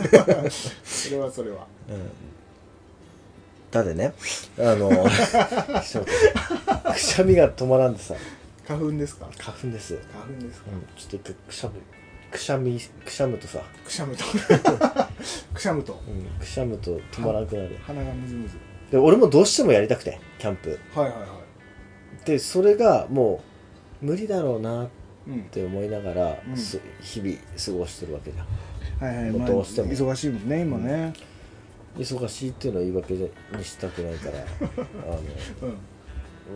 Speaker 1: れはそれは
Speaker 2: うん、だってねあのちょっとくしゃみが止まらんでさ
Speaker 1: 花粉ですか
Speaker 2: 花粉です、うん、
Speaker 1: 花粉ですか
Speaker 2: ちょっと一回くしゃむくしゃみくしゃむとさ、
Speaker 1: くしゃむとくしゃむと
Speaker 2: うん、くしゃむと止まらなくなる
Speaker 1: 鼻がむずむず
Speaker 2: で俺もどうしてもやりたくてキャンプ
Speaker 1: はいはいはい
Speaker 2: でそれがもう無理だろうなっ
Speaker 1: うん
Speaker 2: て思いながら、
Speaker 1: うん
Speaker 2: す日々過ごしてるわけじゃん
Speaker 1: はいはい、
Speaker 2: もう
Speaker 1: まあ、
Speaker 2: どうしても
Speaker 1: 忙しいもんね今ね
Speaker 2: 忙しいっていうのを言い訳にしたくないから あの
Speaker 1: うん、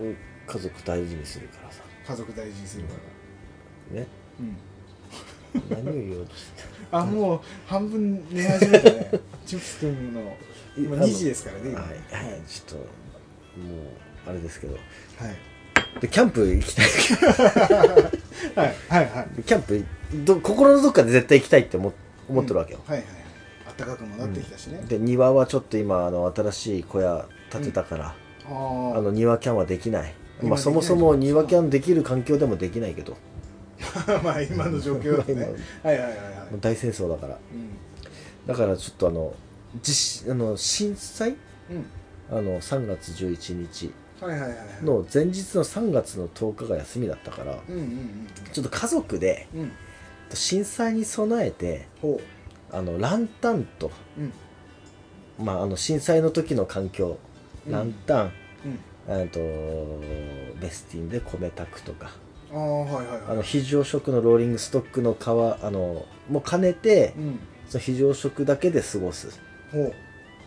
Speaker 2: 俺家族大事にするからさ
Speaker 1: 家族大事にするから
Speaker 2: ね
Speaker 1: うん
Speaker 2: 何を言おうとして
Speaker 1: あもう半分寝始めた ねチップス君の今
Speaker 2: あの
Speaker 1: 2時ですからね
Speaker 2: はい
Speaker 1: 今
Speaker 2: はいちょっともうあれですけど
Speaker 1: はい
Speaker 2: でキャンプ行きたい
Speaker 1: はいはいはい
Speaker 2: キャンプど心のどっかで絶対行きたいって思思ってるわけよ、
Speaker 1: はいはいはい暖かくもなってきたしね、
Speaker 2: で庭はちょっと今あの新しい小屋建てたから、
Speaker 1: あ
Speaker 2: あの
Speaker 1: の
Speaker 2: 庭キャンはできない
Speaker 1: 今でき
Speaker 2: ま
Speaker 1: ない
Speaker 2: あそもそも庭キャンできる環境でもできないけど
Speaker 1: まあ今の状 況だとねはいはいはいはい
Speaker 2: もう大戦争だから
Speaker 1: うん
Speaker 2: だからちょっとあの地あの震災
Speaker 1: うん
Speaker 2: あの3月11日
Speaker 1: はいはいはいはい
Speaker 2: の前日の3月の10日が休みだったから
Speaker 1: うんうん
Speaker 2: ちょっと家族で
Speaker 1: うんうん
Speaker 2: 震災に備えて
Speaker 1: ほ
Speaker 2: あのランタンと、
Speaker 1: ううん
Speaker 2: まあ、あの震災の時の環境
Speaker 1: うん
Speaker 2: ランタン、
Speaker 1: うん
Speaker 2: えっとベスティンで米炊くとか
Speaker 1: ああはいはいはい
Speaker 2: あの非常食のローリングストックの皮あのも兼ねて
Speaker 1: うん
Speaker 2: その非常食だけで過ごす
Speaker 1: ほう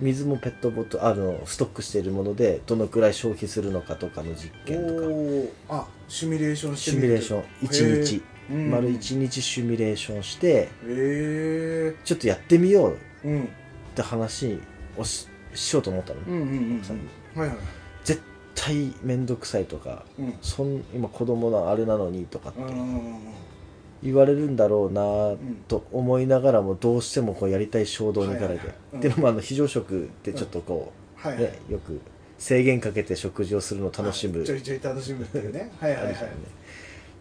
Speaker 2: 水もペットボトルあのストックしているものでどのくらい消費するのかとかの実
Speaker 1: お
Speaker 2: 験とか
Speaker 1: ーあシミュレーションして
Speaker 2: シミュレーション1日、
Speaker 1: ン、うん
Speaker 2: 丸1日シミュレーションして
Speaker 1: へえ
Speaker 2: ちょっとやってみよう
Speaker 1: うん
Speaker 2: って話をししようと思ったの、
Speaker 1: うんうんうん
Speaker 2: さ
Speaker 1: うんはいはい
Speaker 2: 絶対面倒くさいとか
Speaker 1: うん
Speaker 2: そん今子供のあれなのにとかって
Speaker 1: うんうん
Speaker 2: 言われるんだろうなと思いながらもどうしてもこうやりたい衝動に駆られ
Speaker 1: はいはいはい
Speaker 2: て
Speaker 1: うん
Speaker 2: でもあの非常食ってちょっとこ
Speaker 1: は
Speaker 2: う、
Speaker 1: いはい
Speaker 2: ね、よく制限かけて食事をするのを楽しむあ
Speaker 1: あ
Speaker 2: る
Speaker 1: ち
Speaker 2: じ
Speaker 1: ょいちょい楽しむっていう ねはい
Speaker 2: ゃ
Speaker 1: はいはい
Speaker 2: な
Speaker 1: い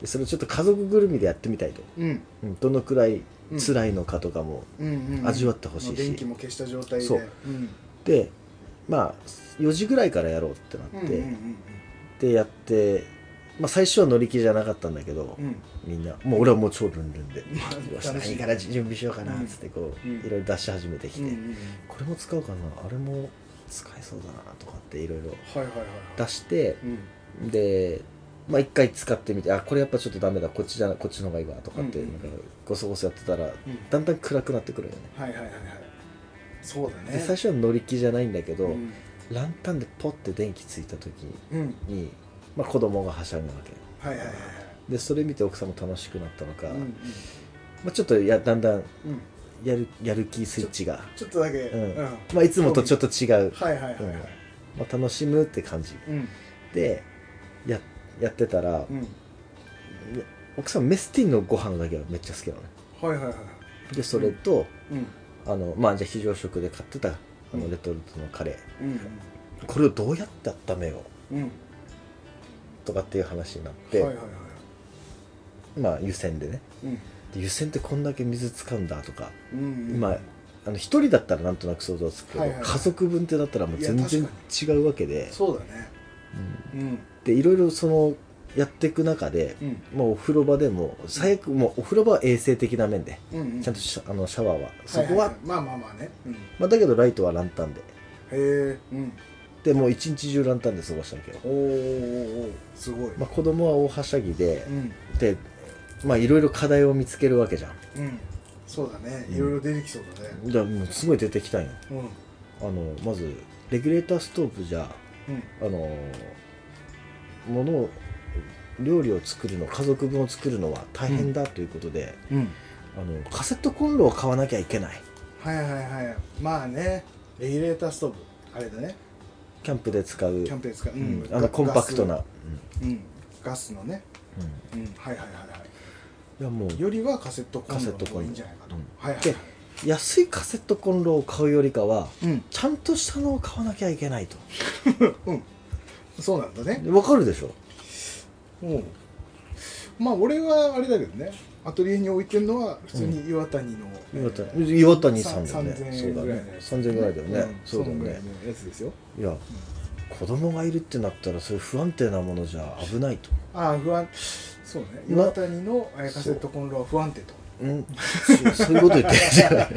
Speaker 2: でそれをちょっと家族ぐるみでやってみたいと、
Speaker 1: うん
Speaker 2: うんどのくらい
Speaker 1: うん
Speaker 2: 辛いのかとかも、
Speaker 1: うんうん
Speaker 2: 味わってほしいし
Speaker 1: もう電気も消した状態で
Speaker 2: そう
Speaker 1: うん
Speaker 2: でまあ4時ぐらいからやろうってなって、
Speaker 1: うんうんうん
Speaker 2: でやって、まあ、最初は乗り気じゃなかったんだけど、
Speaker 1: うんうん
Speaker 2: みんなもう俺はもう超ルンルンで
Speaker 1: まあ
Speaker 2: よし
Speaker 1: 楽しい
Speaker 2: 何から準備しようかなっつってこう、
Speaker 1: うん
Speaker 2: いろいろ出し始めてきて、
Speaker 1: うんうんうん
Speaker 2: これも使うかなあれも使えそうだなとかっていろいろ
Speaker 1: はいはいはい
Speaker 2: 出して
Speaker 1: うん
Speaker 2: でまあ一回使ってみてあこれやっぱちょっとダメだこっちじゃなこっちの方がいいわとかって
Speaker 1: うん
Speaker 2: なんかゴソゴソやってたら
Speaker 1: うん
Speaker 2: だんだん暗くなってくるよね
Speaker 1: はいはいはいはいそうだね
Speaker 2: で最初は乗り気じゃないんだけど、
Speaker 1: うん
Speaker 2: ランタンでポッて電気ついた時
Speaker 1: うん
Speaker 2: に、まあ、子供がはしゃぐわけ
Speaker 1: はいはいはい
Speaker 2: でそれ見て奥さんも楽しくなったのか、
Speaker 1: はいうんうん
Speaker 2: まあ、ちょっとやだんだん
Speaker 1: うん
Speaker 2: やるやる気スイッチが、
Speaker 1: ちょっとだけ
Speaker 2: うん
Speaker 1: うんはい
Speaker 2: まあ、いつもとちょっと違う、
Speaker 1: はいはいはい
Speaker 2: まあ、楽しむって感じ
Speaker 1: うん
Speaker 2: でややってたら、
Speaker 1: うん
Speaker 2: 奥さんメスティンのご飯だけはめっちゃ好きなのね
Speaker 1: はいはいはい
Speaker 2: でそれと、
Speaker 1: うん
Speaker 2: あのまあじゃあ非常食で買ってたあ
Speaker 1: う
Speaker 2: の
Speaker 1: ん
Speaker 2: レトルトのカレー、
Speaker 1: うん
Speaker 2: これをどうやって温めよう
Speaker 1: うんうん
Speaker 2: とかっていう話になっ
Speaker 1: はい
Speaker 2: て、
Speaker 1: はいはい
Speaker 2: まあ湯煎でね
Speaker 1: うん
Speaker 2: で湯煎ってこんだけ水使うんだとか、
Speaker 1: うんうん
Speaker 2: まああの一人だったらなんとなく想像つくけど、
Speaker 1: はいはいはい
Speaker 2: 家族分ってだったらもう全
Speaker 1: いや
Speaker 2: 然違うわけで
Speaker 1: そうだね
Speaker 2: うん
Speaker 1: うん
Speaker 2: でいろいろそのやっていく中で、
Speaker 1: うん
Speaker 2: まあ、お風呂場でも最悪もうお風呂場は衛生的な面で
Speaker 1: うんうん
Speaker 2: ちゃんとシャあのシャワーはそ
Speaker 1: いい
Speaker 2: こは、
Speaker 1: いまあまあまあねうんへ
Speaker 2: まあ、だけどライトはランタンで
Speaker 1: えうん
Speaker 2: でもう一日中ランタンで過ごしたわけど、
Speaker 1: おーおーおーすごい
Speaker 2: まあ、子供は大はしゃぎで
Speaker 1: う、ん
Speaker 2: でまあいろいろ課題を見つけるわけじゃん
Speaker 1: うんそうだね
Speaker 2: うん
Speaker 1: いろいろ出てきそうだね
Speaker 2: だからもうすごい出てきたんよ
Speaker 1: うん
Speaker 2: あのまずレギュレーターストーブじゃ
Speaker 1: うん
Speaker 2: あのものを料理を作るの家族分を作るのは大変だということで、
Speaker 1: うん
Speaker 2: あのカセットコンロを買わなきゃいけない
Speaker 1: はいはいはいまあねレギュレーターストーブあれだね
Speaker 2: キャンプで使う
Speaker 1: キャンペーン使う、う
Speaker 2: うんあのコンパクトな、
Speaker 1: ガスうんガスのね
Speaker 2: うんうん
Speaker 1: うんはいはいはいはい
Speaker 2: いやもう
Speaker 1: よりはカセットコンロ
Speaker 2: カセット
Speaker 1: の
Speaker 2: コ
Speaker 1: 方が
Speaker 2: ンロ
Speaker 1: いいんじゃないかと、
Speaker 2: うん
Speaker 1: はいはい
Speaker 2: で安いカセットコンロを買うよりかは
Speaker 1: うん
Speaker 2: ちゃんとしたのを買わなきゃいけないと
Speaker 1: そうなんだね
Speaker 2: でわかるでしょ
Speaker 1: うんまあ俺はあれだけどねアトリエに置いてるのは普通に岩谷の、え
Speaker 2: 岩
Speaker 1: ー
Speaker 2: 谷岩谷さんだよね
Speaker 1: 3000
Speaker 2: そうだ
Speaker 1: 円ぐらい
Speaker 2: ね3000円ぐらいだよね、
Speaker 1: うん
Speaker 2: そうだよ
Speaker 1: んぐら
Speaker 2: ね
Speaker 1: いのやつですよ
Speaker 2: いや子供がいるってなったらそういう不安定なものじゃ危ないと
Speaker 1: ああ不安そうね
Speaker 2: な
Speaker 1: 岩谷のえーカセットコンロは不安定と
Speaker 2: うん、そうそういうこと言ってるじゃない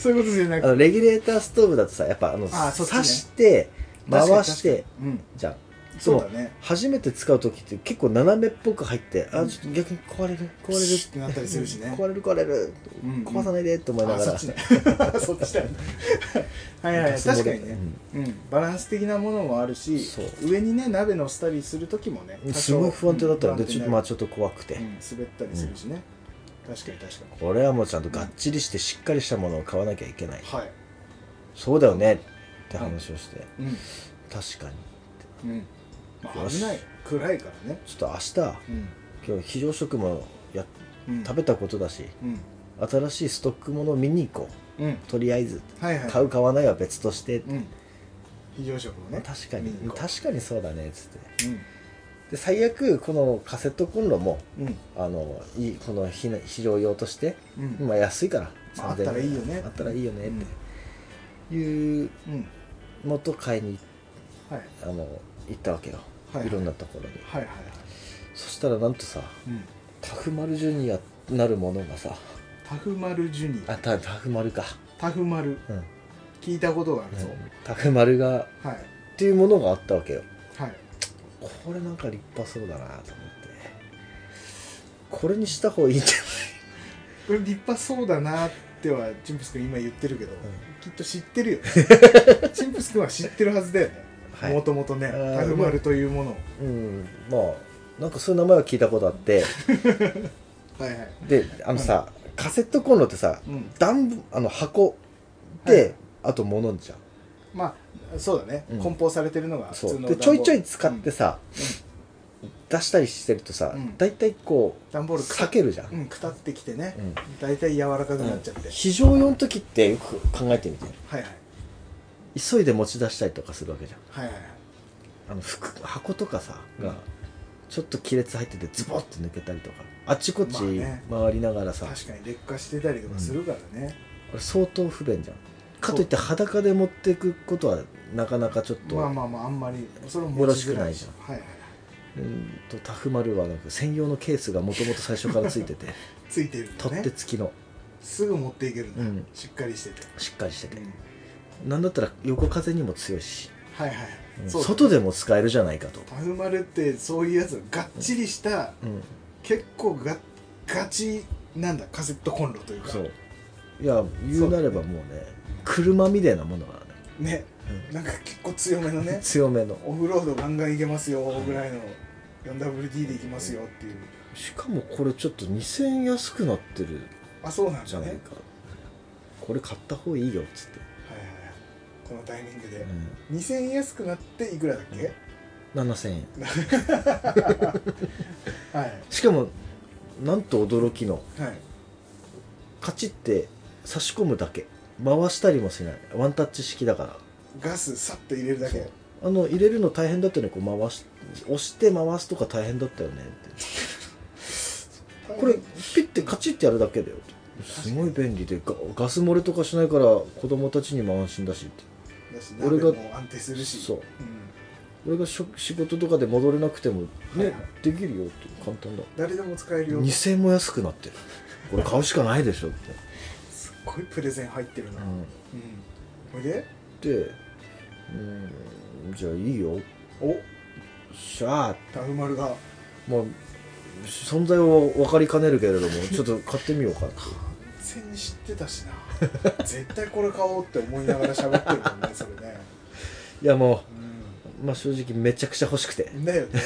Speaker 1: そういうことじゃな
Speaker 2: あ
Speaker 1: くて
Speaker 2: のレギュレーターストーブだとさやっぱあの
Speaker 1: あそっちね
Speaker 2: 刺して回して
Speaker 1: 確かに確かにうん
Speaker 2: じゃん
Speaker 1: そうだね
Speaker 2: 初めて使う時って結構斜めっぽく入って、あちょっと逆に壊れる壊れる
Speaker 1: シュッてなったりするしね
Speaker 2: 壊れる壊れる、
Speaker 1: うんうん
Speaker 2: 壊さないでって思いな
Speaker 1: あ
Speaker 2: が
Speaker 1: そ
Speaker 2: ら
Speaker 1: っちね そっちだよね はいはいはい
Speaker 2: ガス漏れ
Speaker 1: 確かにね、うん、バランス的なものもあるし
Speaker 2: そう
Speaker 1: 上にね鍋のしたりする時もね
Speaker 2: うんすごい不安定だったのでちょっとまあ
Speaker 1: て、
Speaker 2: ちょっと怖くて、
Speaker 1: うん、滑ったりするしね、確かに確か
Speaker 2: これはもうちゃんとがっちりしてしっかりしたものを買わなきゃいけない、
Speaker 1: にはい
Speaker 2: そうだよねって話をし
Speaker 1: う
Speaker 2: て、確かに
Speaker 1: んうん、ま
Speaker 2: よ
Speaker 1: あ、
Speaker 2: し
Speaker 1: 危ない暗いからね
Speaker 2: ちょっと明日
Speaker 1: うん
Speaker 2: 今日非常食もや
Speaker 1: うん
Speaker 2: 食べたことだし
Speaker 1: うん
Speaker 2: 新しいストックものを見に行こう
Speaker 1: うん
Speaker 2: とりあえず
Speaker 1: はいはい
Speaker 2: 買う買わないは別として、
Speaker 1: うん非常食もね
Speaker 2: 確か
Speaker 1: 見
Speaker 2: に
Speaker 1: に行こう
Speaker 2: 確かにそうだねっつって
Speaker 1: うん
Speaker 2: で最悪このカセットコンロも
Speaker 1: うん
Speaker 2: あのいいこの非非常用として、
Speaker 1: うん
Speaker 2: まあ、安いから
Speaker 1: まあ
Speaker 2: 3000円
Speaker 1: あったらいいよね
Speaker 2: あったらいいよねっていう
Speaker 1: うん
Speaker 2: のと買いに
Speaker 1: はいはい
Speaker 2: あの行ったわけよ、
Speaker 1: はい
Speaker 2: い、ろんなところに
Speaker 1: はいはい
Speaker 2: そしたらなんとさ
Speaker 1: うん
Speaker 2: タフマルジュニアなるものがさ
Speaker 1: タフマルジュニ
Speaker 2: あ
Speaker 1: ア
Speaker 2: たタフマルか、
Speaker 1: タフマル
Speaker 2: うん
Speaker 1: 聞いたことがあるぞ、
Speaker 2: タフマルが
Speaker 1: はい
Speaker 2: っていうものがあったわけよ
Speaker 1: はい
Speaker 2: これなんか立派そうだなと思ってこれにした方がいいんじ
Speaker 1: これ立派そうだなってはチンプス君今言ってるけど、きっと知って るよ、ね、チンプス君は知ってるはずだよね
Speaker 2: ゃない、
Speaker 1: もともとね
Speaker 2: あー
Speaker 1: タフマルというものを
Speaker 2: うんまあなんかそういう名前は聞いたことあ って
Speaker 1: はいはい
Speaker 2: であのさ、カセットコンロってさ
Speaker 1: うん
Speaker 2: 段分あの箱で、
Speaker 1: はい
Speaker 2: あと物じゃん
Speaker 1: まあそうだね、
Speaker 2: うん
Speaker 1: 梱包されてるのが普
Speaker 2: そ
Speaker 1: 通
Speaker 2: う
Speaker 1: の
Speaker 2: でちょいちょい使って
Speaker 1: うん
Speaker 2: さ、出したりしてるとさ、
Speaker 1: うん
Speaker 2: だいたいこ
Speaker 1: 段、
Speaker 2: う
Speaker 1: ボールくた
Speaker 2: 避けるじゃん、
Speaker 1: うんくたってきてね、
Speaker 2: うん
Speaker 1: 大体柔らかくなっちゃって、
Speaker 2: 非常用の時ってよく考えてみて
Speaker 1: はいはい
Speaker 2: 急いで持ち出したりとかするわけじゃん
Speaker 1: はいはいはい
Speaker 2: あの服箱とかさ
Speaker 1: うん
Speaker 2: がちょっと亀裂入っててズボッて抜けたりとかあっちこっち
Speaker 1: まあね
Speaker 2: 回りながらさ、
Speaker 1: 確かに劣化してたりとかするからね、
Speaker 2: これ相当不便じゃんかといって裸で持っていくことはなかなかちょっと,、
Speaker 1: まあまあまああんまりそれも
Speaker 2: よろしくないじ
Speaker 1: じ
Speaker 2: ゃん
Speaker 1: ゃんはいはいはい
Speaker 2: うんとタフマルはなんか専用のケースがもともと最初からついてて
Speaker 1: ついてるんだ
Speaker 2: 取っ
Speaker 1: ね
Speaker 2: 手付きの、
Speaker 1: すぐ持っていけるんだ、
Speaker 2: うん
Speaker 1: しっかりしてて
Speaker 2: しっかりしてて、
Speaker 1: うん
Speaker 2: なんだったら横風にも強いし、
Speaker 1: はいはい、
Speaker 2: うん
Speaker 1: そう
Speaker 2: 外でも使えるじゃないかと、
Speaker 1: パフマルってそういうやつがっちりした、
Speaker 2: うん、
Speaker 1: 結構がガチなんだカセットコンロというか
Speaker 2: そういや言うなればもうね車みたいなものがね、
Speaker 1: ねなんか結構強めの
Speaker 2: うん
Speaker 1: ね
Speaker 2: 強めの
Speaker 1: オフロードガンガンいけますよぐらいの 4WD でいきますよっていう
Speaker 2: しかもこれちょっと2000円安くなってる
Speaker 1: あそうなん
Speaker 2: じ
Speaker 1: だ
Speaker 2: ゃ
Speaker 1: ね
Speaker 2: な
Speaker 1: はいいはい
Speaker 2: か、これ買った方がいいよっつって、
Speaker 1: はいこのタイミングで
Speaker 2: う、ん
Speaker 1: 2000円安くなっていくらだっけ、
Speaker 2: 7000円
Speaker 1: はい
Speaker 2: しかもなんと驚きの
Speaker 1: はい
Speaker 2: カチって差し込むだけ回したりもしないワンタッチ式だから
Speaker 1: ガスさっと入れるだけ
Speaker 2: そうあの入れるの大変だったよねこう回し押して回すとか大変だったよねってこれピッてカチッてやるだけだよすごい便利でガガス漏れとかしないから子供たちにも安心だしって
Speaker 1: だし
Speaker 2: 俺
Speaker 1: 鍋
Speaker 2: が
Speaker 1: も安定するし
Speaker 2: そう
Speaker 1: うん
Speaker 2: 俺がしょ仕事とかで戻れなくても
Speaker 1: はい
Speaker 2: ね
Speaker 1: はい
Speaker 2: できるよって簡単だ
Speaker 1: 誰でも使えるよ
Speaker 2: 2000円も安くなってるこれ買うしかないでしょって、
Speaker 1: すっごいプレゼン入ってるな、うん
Speaker 2: うん、
Speaker 1: これで
Speaker 2: でうんじゃあいいよ
Speaker 1: お
Speaker 2: しゃあ
Speaker 1: タフマルが
Speaker 2: まあ存在は分かりかねるけれどもちょっと買ってみようかって
Speaker 1: 完全に知ってた しな絶対これ買おうって思いながら喋ってるもんねそれね、
Speaker 2: いやもう、まあ、正直めちゃくちゃ欲しくて
Speaker 1: うん、だよね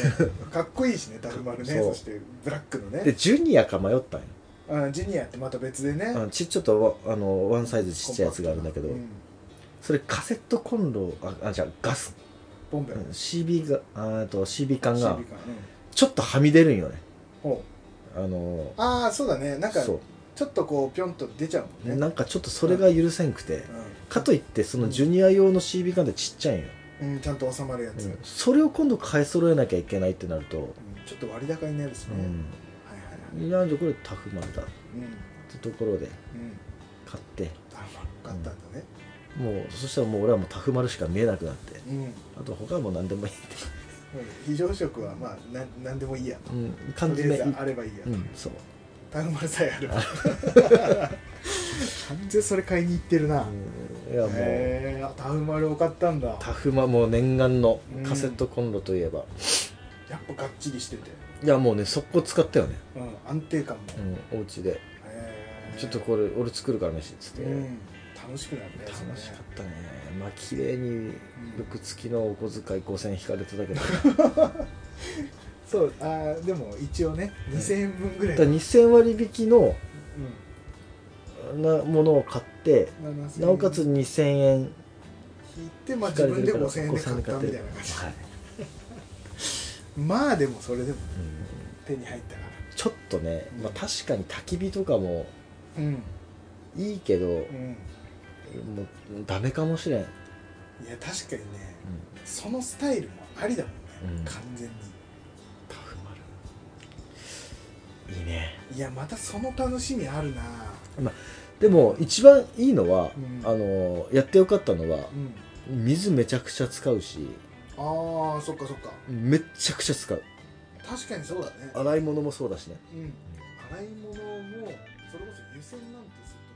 Speaker 1: かっこいいしねダフ丸ね
Speaker 2: そ
Speaker 1: そうしてブラックの
Speaker 2: で
Speaker 1: ね
Speaker 2: ジュニアか迷ったんよ
Speaker 1: あジュニアってまた別でね
Speaker 2: あのちちょっとわあのワンサイズちっちゃいやつがあるんだけど、
Speaker 1: うん
Speaker 2: それカセットコンロああじゃあガス、
Speaker 1: ボンベ
Speaker 2: う
Speaker 1: の
Speaker 2: ん CB があーと CB 缶
Speaker 1: CB
Speaker 2: が
Speaker 1: 缶うん
Speaker 2: ちょっとはみ出るんよね
Speaker 1: ほ
Speaker 2: あの
Speaker 1: うああそうだねなんか
Speaker 2: そ
Speaker 1: ちょっとこうピョンと出ちゃう
Speaker 2: う
Speaker 1: もんね
Speaker 2: なんかちょっとそれが許せんくて、かといってそのジュニア用の CB 缶ってちっちゃいんよ、
Speaker 1: うん、うんちゃんと収まるやつ、
Speaker 2: う
Speaker 1: うん
Speaker 2: んそれを今度買い揃えなきゃいけないってなると、
Speaker 1: ちょっと割高になるし
Speaker 2: う
Speaker 1: ね、
Speaker 2: ん、
Speaker 1: はいはいはい
Speaker 2: いやじゃあこれタフマンだっ
Speaker 1: うんうん
Speaker 2: てところで買って
Speaker 1: タフマル買ったんだね
Speaker 2: もうそしたらもう俺はもうタフマルしか見えなくなって
Speaker 1: うん
Speaker 2: あと他はもう何でもいいって、
Speaker 1: 非常食はまあななんでもいいや
Speaker 2: うん、
Speaker 1: と
Speaker 2: 缶
Speaker 1: りあ
Speaker 2: 詰
Speaker 1: え
Speaker 2: い
Speaker 1: ずあればいいや、
Speaker 2: うんそう
Speaker 1: タフマルさえあ れば完全それ買いに行ってるな、
Speaker 2: うんいやもう
Speaker 1: へえタフマルを買ったんだ
Speaker 2: タフマもう念願のカセットコンロといえば、
Speaker 1: やっぱがっちりしてて、
Speaker 2: いやもうね速攻使ったよね、
Speaker 1: うん、安定感も、
Speaker 2: うん、お家で
Speaker 1: へえ
Speaker 2: ちょっとこれ俺作るから飯っつって、
Speaker 1: うん、楽しくなるね
Speaker 2: 楽しかったねまあ綺麗に
Speaker 1: うん
Speaker 2: 6付きのお小遣い5000円引かれてたけど
Speaker 1: そうあーでも一応ね2000円分ぐらい、
Speaker 2: だから2000割引
Speaker 1: う
Speaker 2: のなものを買って
Speaker 1: ん、7000
Speaker 2: なおかつ2000円
Speaker 1: 引いて、まあ、自分で5000円で買ったみたいな感じ
Speaker 2: はい
Speaker 1: まあでもそれでも
Speaker 2: うん
Speaker 1: 手に入ったから
Speaker 2: ちょっとね、まあ、確かに焚き火とかも
Speaker 1: うん
Speaker 2: いいけど、
Speaker 1: うん
Speaker 2: もうダメかもしれん、うん
Speaker 1: いや確かにねそのスタイルもありだもんね、
Speaker 2: うん
Speaker 1: 完全に
Speaker 2: タフマルいいね
Speaker 1: いやまたその楽しみあるな
Speaker 2: でも一番いいのは、
Speaker 1: うん
Speaker 2: あのやってよかったのは
Speaker 1: うん
Speaker 2: 水めちゃくちゃ使うし
Speaker 1: あーそっかそっか
Speaker 2: めっちゃくちゃ使う
Speaker 1: 確かにそうだね
Speaker 2: 洗い物もそうだしね
Speaker 1: うん洗い物もそれこそ湯煎なんてすると